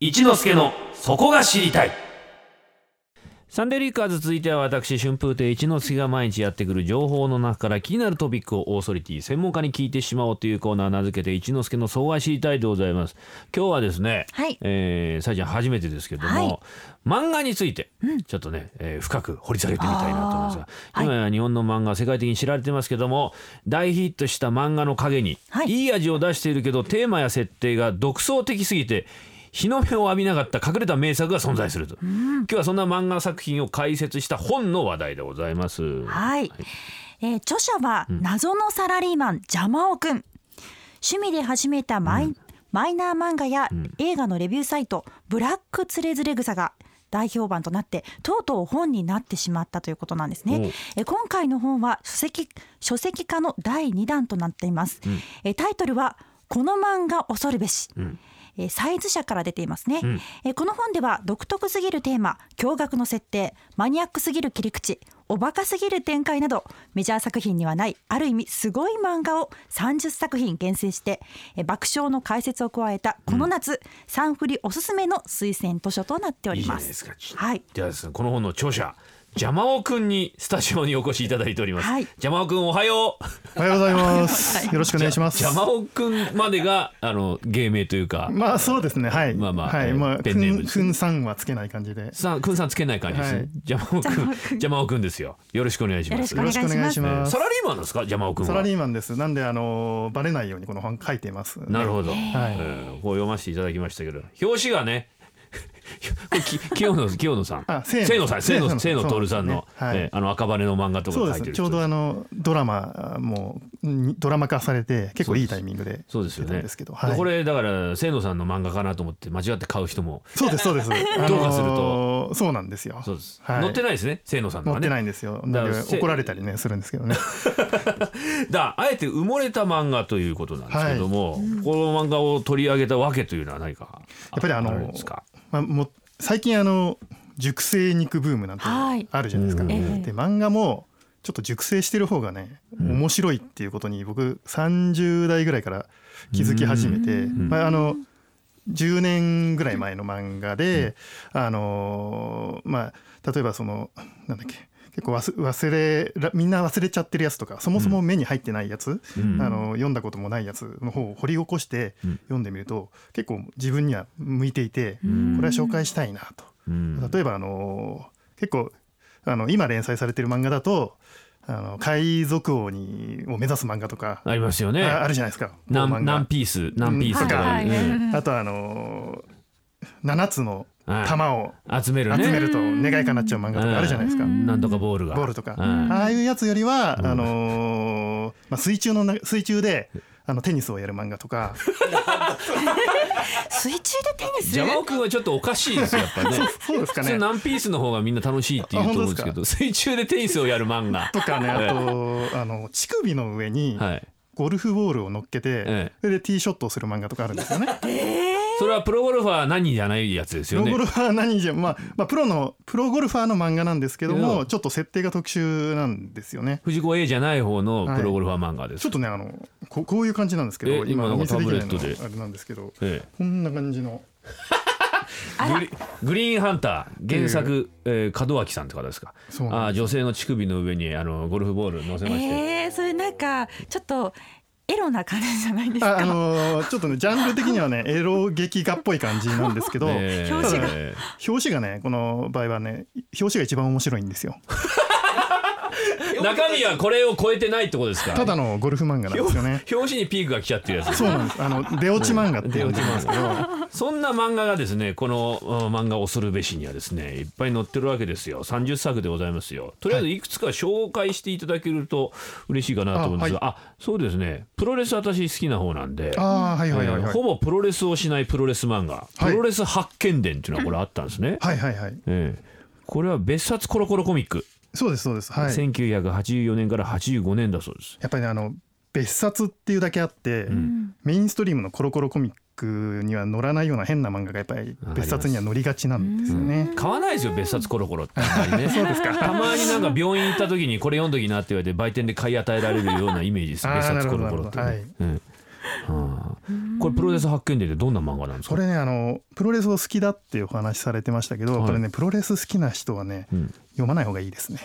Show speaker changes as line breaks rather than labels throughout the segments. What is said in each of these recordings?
一之助のそこが知りたいサンデーリッカーズ続いては私春風亭一之輔が毎日やってくる情報の中から気になるトピックをオーソリティ専門家に聞いてしまおうというコーナー名付けて一之輔の総合知りたいでございます今日はですね、
はい
えー、さいちゃん初めてですけども、
はい
漫画についてちょっとね、えー深く掘り下げてみたいなと思いますが
あー
今や日本の漫画は世界的に知られてますけども大ヒットした漫画の陰に、
はい
いい味を出しているけどテーマや設定が独創的すぎて日の目を浴びなかった隠れた名作が存在すると、今日はそんな漫画作品を解説した本の話題でございます。
はい、えー著者は謎のサラリーマン、ジャマオくん趣味で始めたマイ,、マイナー漫画や映画のレビューサイト、ブラックつれづれ草が大評判となってとうとう本になってしまったということなんですねえー今回の本は書籍書籍化の第2弾となっています、えータイトルはこの漫画恐るべし、えーサイズ社から出ていますね、えーこの本では独特すぎるテーマ驚愕の設定マニアックすぎる切り口おバカすぎる展開などメジャー作品にはないある意味すごい漫画を30作品厳選してえー爆笑の解説を加えたこの夏、サンフリおすすめの推薦図書となってお
いい
り
じゃな
ま
い
す
ですか。
はい
ではですねこの本の著者ジャマオくんにスタジオにお越しいただいております。
はい
ジャマオくんおはよう。
おはようございま
は
す。
い
よろしくお願いします
ジ。ャマオくんまでがあの芸名というか。
まあそうですね。はい。
まあまあ
は
え
い。
ー
まあ
ペ
く
ンネーム
んくんさんはつけない感じで。
さん、くんさんつけない感じです
は
ね
い。
邪魔をくん、邪魔をくんですよ。よろしくお願いします。
よろしくお願いし
よろくお
えー
願い
サラリーマンなんですか、邪魔をくん
サラ
は
リ。ーマンです。なんであのーバレないようにこの本書いています。
なるほど。
はい
えーこう読ませていただきましたけど、表紙がね。 これき清野清野さん
あ、清野
清野さん、清野
清
清
野
野
さん
徹さんの、
そうなんですねはい
えーあの赤羽の漫画とか
そ
書
う
い
で
て
す
る人
ね。ちょうどあのドラマもにドラマ化されて結構いいタイミングで
そうですよ
出た
ね
んですけど。はい。
これだから清野さんの漫画かなと思って間違って買う人も
そうですそうです。あ
どうかする
のーそうなんですよ。
そうです、
はい
載ってないですね清野さんの
載
は
っ
ね
てないんですよ。
だ
な
か
ん
ら
で
せ
怒られたりねするんですけどね。
だあえて埋もれた漫画ということなんですけども、この漫画を取り上げたわけというのは何か
やっぱりあの
るんですか
まあ、もう最近あの熟成肉ブームなんて
はい
あるじゃないですか。
うん
ええ
で漫画もちょっと熟成してる方がね、面白いっていうことに僕30代ぐらいから気づき始めて、
ん
まあ、あの10年ぐらい前の漫画で、あのーまあ、例えばそのなんだっけ結構忘忘れらみんな忘れちゃってるやつとかそもそも目に入ってないやつ、
うん
あの読んだこともないやつの方を掘り起こして
うん
読んでみると結構自分には向いていて
ん
これは紹介したいなと。
うん
例えばあの結構あの今連載されてる漫画だとあの海賊王にを目指す漫画とかあ
ありますよね
あるじゃないですか。
な
こうん漫画
何ピース何ピースとか
は
いう
い
うん
あとあの7つの
はい
玉を
集める
集め
ね
ると願いかなっちゃう漫画とかあるじゃないですか。
なんとかボールが
ボールとか、
うん
ああいうやつよりは、あのーまあ、水中のな水中であのテニスをやる漫画 とか
水中でテニス
ジャマオ君はちょっとおかしいですよやっぱりね
そうですか
普通
ね
何ピースの方がみんな楽しいっていうと思うんですけど水中でテニスをやる漫画
とかねあとあの乳首の上に
はい
ゴルフボールを乗っけて、
え
それでティーショットをする漫画とかあるんです よね。
それはプロゴルファー何じゃないやつです
プ
よ
ロ
ね
ゴルファー何じゃ、まあ、まあプロのプロゴルファーの漫画なんですけど
う
も
ん
ちょっと設定が特殊なんですよね。
藤子 A じゃない方のプロゴルファー漫画です
ちょっとねあのここういう感じなんですけ
え
ど
今なんか
お見せできないの
タブレットで
あれなんですけど
ええ
こんな感じの
グリグリーンハンター原作、えー、門脇さんって方ですか
そう
あ
なん
ー女性の乳首の上にあのゴルフボール乗せまして、
えー、それなんかちょっとエロな感じじゃないです
あ、あ
か。
のーちょっとねジャンル的にはねエロ劇画っぽい感じなんですけ ど、
えー
表紙が
え
表紙がねこの場合はね表紙が一番面白いんですよ
ー中身はこれを超えてないってことですか
ただのゴルフ漫画なんですよね
表紙にピークが来ちゃってるやつ
そうなんですあの出落ち漫画っていう
出
ん
落
で
ち
すけど
そんな漫画がですねこのうん漫画恐るべしにはですねいっぱい載ってるわけですよ30作でございますよとりあえずいくつか紹介していただけると嬉しいかなと思うんですが、あ,、そうですねプロレス私好きな方なんで
ああはいはいはい
え
は
ー
い
ほぼプロレスをしないプロレス漫画「
は
プ
い
ロレス発見伝」っていうのはこれあったんですね、
はいはいはい
ええこれは別冊コロコロコミック、
そうですそうですはい
1984年から85年だそうです
やっぱりねあの別冊っていうだけあって、メインストリームのコロコロコミックには載らないような変な漫画がやっぱり別冊には載りがちなんですよね。
買わないですよ別冊コロコロってあんまり ねたまになんか病院行った時にこれ読んどきなって言われて売店で買い与えられるようなイメージです
あー
別冊コロコロって、
なるほどなる
うんはあこれプロレス発見伝ってどんな漫画なんです
そ
か
れねあのプロレスを好きだっていうお話されてましたけど、
はい
これねプロレス好きな人はね、
ん
読まない方がいいです ね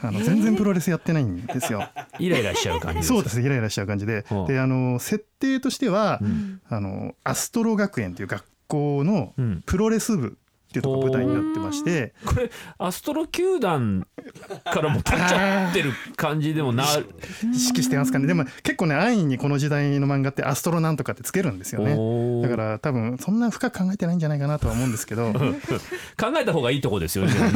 あの全然プロレスやってないんですよ、
イライラしちゃう感じです
そうですねイライラしちゃう感じで、
はい
であの設定としては、
ん
あのアストロ学園という学校の
うん
プロレス部っていうとこが舞台になってまして、
これアストロ球団からも取っちゃってる感じでもな
意識してますかねでも結構ね安易にこの時代の漫画ってアストロなんとかってつけるんですよね
お
だ
ー
から多分そんな深く考えてないんじゃないかなとは思うんですけ ど
考えた方がいいとこですよ ね。でもね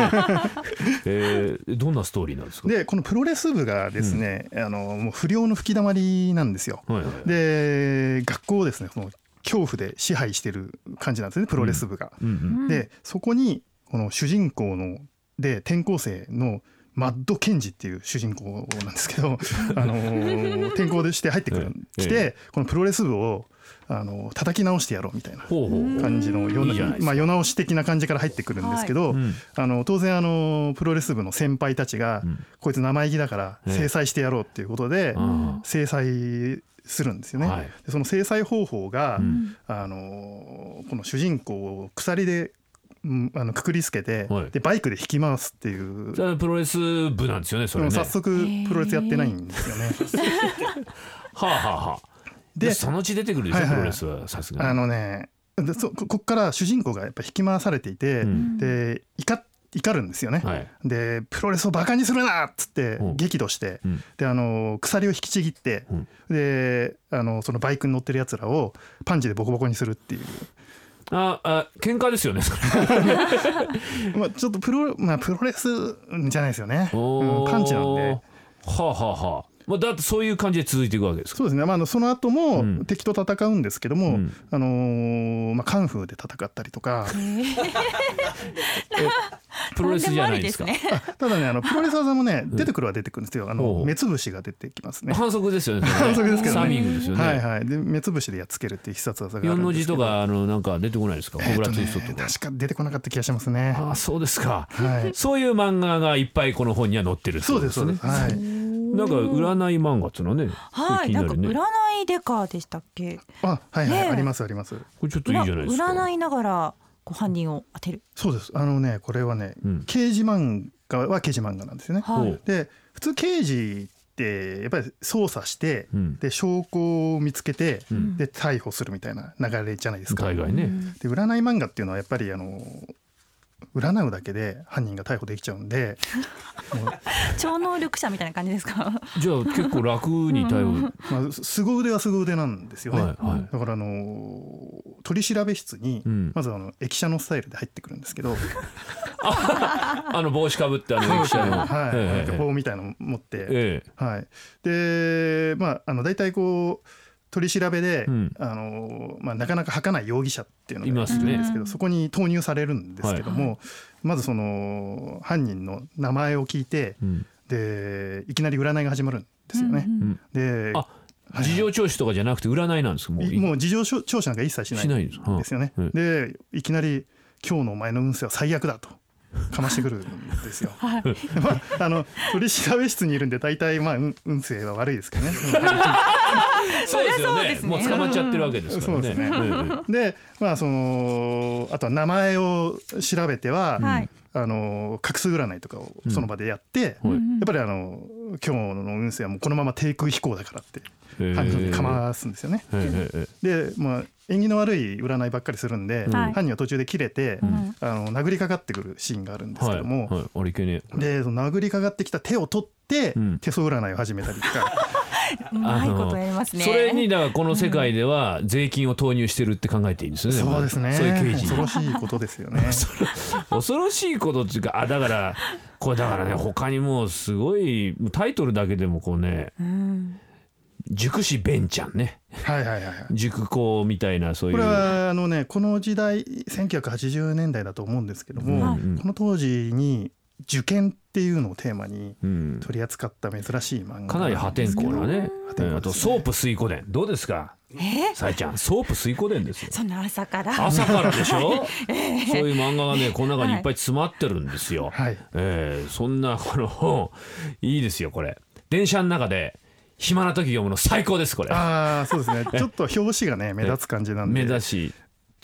えーどんなストーリーなんですか。
でこのプロレス部がですね、あのもう不良の吹き溜まりなんですよ。
はいはい
で学校をですねもう恐怖で支配してる感じなんですねプロレス部が。
うんうん
でそこにこの主人公ので転校生のマッド・ケンジっていう主人公なんですけ ど、あのー転校でして入ってくるん
ええ
来てこのプロレス部を、あのー叩き直してやろうみたいな
ほうほうほう。
感じの世
いいじゃないですか
まあ、世直し的な感じから入ってくるんですけど、
はいうん
あの当然あのプロレス部の先輩たちが、
うん
こいつ生意気だから
ええ
制裁してやろうっていうことで、
うん
制裁するんですよね。
はい
でその制裁方法が、
うん
あのこの主人公を鎖で、うんあのくくりつけて、
はい
でバイクで引き回すっていう。
それはプロレス部なんですよね。それ
も
ね。
う
は
早速プロレスやってないんですよ ね。
あはあはあ。
で
でそのうち出てくるでしょ
はい
プ
はい
ロレスはさすが
あ
に。
のねでそここっから主人公がやっぱ引き回されていて、
うん
で怒っ怒るんですよね、
はい
でプロレスをバカにするなっつって
うん
激怒して、
うん
であの鎖を引きちぎって、
うん
であのそのバイクに乗ってるやつらをパンチでボコボコにするっていう、
ああ喧嘩ですよ ね。それ
まあ、ちょっとプロ,、まあ、プロレスじゃないですよね、うん、パンチなんで。。
はあはあはあ。まあだってそういう感じで続いていくわけですか。
そうですね、まああの、その後
う
も
ん
敵と戦うんですけども、
うん
あのーまあ、カンフーで戦ったりとか、
プロレスじゃないですか。
何でもありね。
ただ ねあのプロレス技もね出てくるは出てくるんですよあ
お
の
う
目つぶしが出てきますね。
反則ですよね。
反則ですけどね
サーミングですよね。
はいはい、で目つぶしでやっつけるっていう必殺技があ
四
るん
の
で
字
すけ
と
ど
かあのなんか出てこないですか。
え
コ
っ
ブ
と
ラツイ
ね
ストとか。
確か出てこなかった気がしますね。
ああそうですか。
はい、
そういう漫画がいっぱいこの本には載ってるってこ
そう
と
ですそうです。はい、
なんか占い漫画っていうのはね、
はい、
気に
な
なん
か
るね。こ
占いデカでしたっけ。
あはいはい、
ねえ
ありますあります。
れちょっといいじゃないですか。
占いながらこう犯人を当てる。
そうです。あのねこれはね、
うん
刑事漫画は刑事漫画なんですよね。
はい
おう
で普通刑事ってやっぱり捜査して、
うん
で証拠を見つけて、
うん
で逮捕するみたいな流れじゃないですか。
大概ね。
で占い漫画っていうのはやっぱりあの占うだけで犯人が逮捕できちゃう んで
超能力者みたいな感じですか。
じゃあ結構楽に対応。
まあ、す凄腕は凄腕なんですよね、
はいはい
だからあのー取り調べ室に、
うん
まずあの駅舎のスタイルで入ってくるんで すけど、
あの帽子かぶってあの駅舎の。
はいなんか
え
棒みたいの持って、
ええ
はい、でまああの大体こう取り調べで、
うん
あのーまあ、なかなか吐かない容疑者っていうのが
いますね
るんですけどそこに投入されるんですけども、まずその犯人の名前を聞いて
えうん
でいきなり占いが始まるんですよね。
うん
うん
で
あ事情聴取とかじゃなくて占いなんですかもう。
いもう事情聴取なんか一切しない
しないんですはあ
ですよね。
うん
でいきなり「今日のお前の運勢は最悪だ」とかましてくるんですよ。
はい。
まああの取り調べ室にいるんで大体まあ運運勢は悪いですけ どね。
そうですよ
そりゃそう
ね
で。すね
もう捕まっちゃってるわけですからね。
うんそうですね
え え
でまあそのあとは名前を調べては、
はい
あの画数占いとかをその場でやって、
うんはい
やっぱりあの今日の運勢はもうこのまま低空飛行だからって 犯人にかますんですよね。
ええええええ
で、まあ、縁起の悪い占いばっかりするんで、
はい
犯人は途中で切れて、
ん
あの殴りかかってくるシーンがあるんですけども、
はいはい、あれいけねえ
でその殴りかかってきた手を取って、
うん
手相占いを始めたりとか
うまいことやりますね。
それにだからこの世界では税金を投入してるって考えていいんですね。
そうです ね
そういう刑事
恐ろしいことですよ ね。
恐ろしいことっていうかあだからこれだからね他にもうすごいタイトルだけでもこうね
うん。
塾師ベンちゃんね
はいはいはいはい
塾校みたいなそうい
こ
う
れはあのねこの時代1980年代だと思うんですけども、
はい
この当時に受験っていうのをテーマに
うん、
取り扱った珍しい漫画
かなり破天荒なね
破天荒です
う
ね
んあとソープ水湖伝どうですか
え
さえちゃんソープ水湖伝ですよ
そんな朝から。
朝からでしょ、そういう漫画がねこの中にいっぱい詰まってるんですよ、
はい
えーそんなこの本いいですよこれ電車の中で暇な時読むの最高ですこれ
ああそうです ねちょっと表紙がね目立つ感じなん
目
で
立し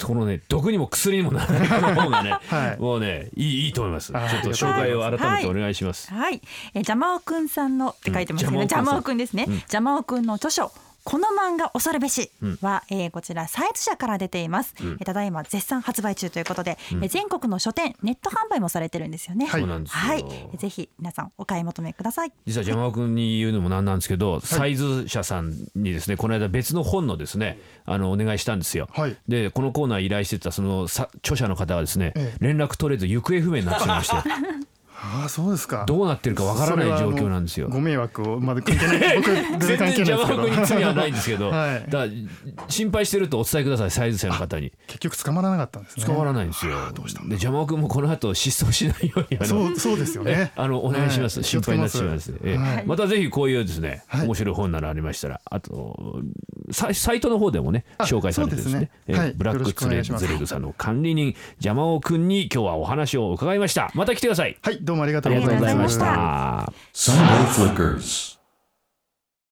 このね毒にも薬にもならないこの本がね、
はい
もうねいいいいと思いますちょ
あー
っと紹介を改めてお願いします、
はい、えー、ジャマオくんさんのって書いてますよね。
うん
ジ
ジ
ャ
ャ
マ
マ
オ
オ
く
く
んですね。ジャマオくんの著書。この漫画恐るべし
ん
は、えーこちらサイズ社から出ています、えーただいま絶賛発売中ということで、えー全国の書店ネット販売もされてるんですよね
はい
そうなんですよ
はい、ぜひ皆さんお買い求めください
実は邪魔君に言うのもなんなんですけど、サイズ社さんにですねこの間別の本のですねあのお願いしたんですよ、
はい
でこのコーナー依頼してたそのさ著者の方がですね、
ええ
連絡取れず行方不明になってしまいまして
ああそうですか
どうなってるかわからない状況なんですよ
それはあのご迷惑をまだ関係ない僕 全然関係ない
邪
ですけ
魔
ど
君に罪はないんですけど、
はい
だから心配してるとお伝えくださいサイズ社の方に
結局捕まらなかったんですね
捕まらないんですよ、で邪魔君もこの後失踪しないようにあの
そうそうですよね
えあのお願いします、
はい
心配になってしまいます
気をつけ
ええ
ます
またぜひこういうですね、
はい
面白い本ならありましたらあとサイサイトの方でもね
あ
紹介されてですね
そうですね
ええ
はい
ブラックツレ
よろしくお願いします
ズレグさんの管理人ジャマオ君に今日はお話を伺いましたまた来てください
はいどうもありが
あ
とう
り
ご
がとう
ざい
ござい
ま
ま
し
したた
Sunday Flickers.